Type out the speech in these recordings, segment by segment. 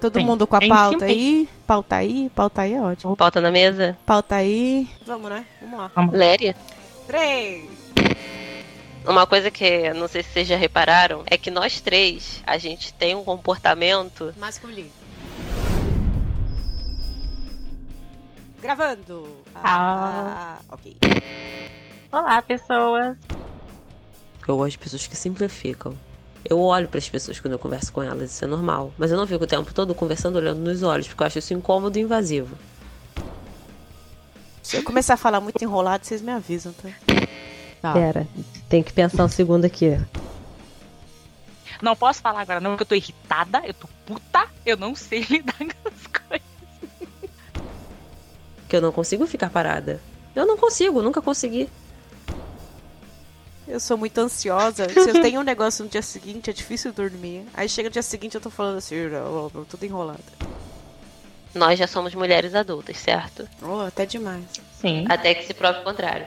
Todo Tem. mundo com a Tem, pauta tem. aí? Pauta aí? Pauta aí é ótimo. Pauta na mesa. Pauta aí. Vamos, né? Vamos lá. Léria, Três. uma coisa que não sei se vocês já repararam é que nós três, a gente tem um comportamento. Masculino. Gravando. Ah. ok. Olá, pessoas! Eu gosto de pessoas que simplificam. Eu olho para as pessoas quando eu converso com elas, isso é normal. Mas eu não fico o tempo todo conversando olhando nos olhos, porque eu acho isso incômodo e invasivo. Se eu começar a falar muito enrolado, vocês me avisam, tá? Tá. Ah. Pera, tem que pensar um segundo aqui. Não posso falar agora, não, porque eu tô irritada, eu tô puta, eu não sei lidar com as coisas. Que eu não consigo ficar parada. Eu não consigo, nunca consegui. Eu sou muito ansiosa. Se eu tenho um negócio no dia seguinte, é difícil dormir. Aí chega o dia seguinte, eu tô falando assim, ó, ó, tudo enrolado. Nós já somos mulheres adultas, certo? Ó, até demais. Sim. Até que se prove o contrário.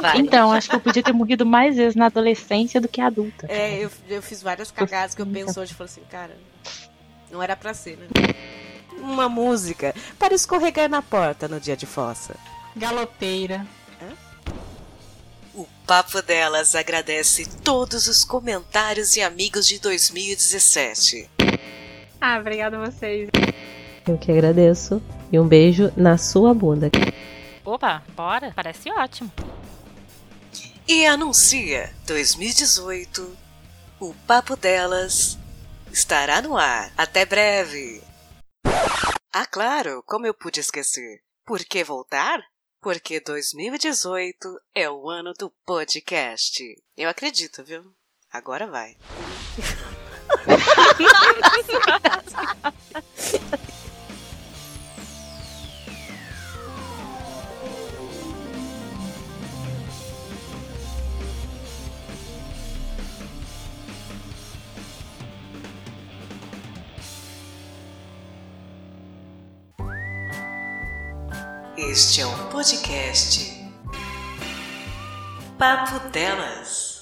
Vai. Então, acho que eu podia ter morrido mais vezes na adolescência do que adulta. É, eu, eu fiz várias cagadas que eu penso hoje e falo assim, cara, não era pra ser, né? Uma música para escorregar na porta no dia de fossa. Galopeira. O Papo Delas agradece todos os comentários e amigos de 2017. Ah, obrigada a vocês. Eu que agradeço. E um beijo na sua bunda. Opa, bora, parece ótimo. E anuncia 2018. O Papo Delas estará no ar. Até breve. Ah, claro, como eu pude esquecer. Por que voltar? Porque 2018 é o ano do podcast. Eu acredito, viu? Agora vai. um Este é o podcast Papo Delas.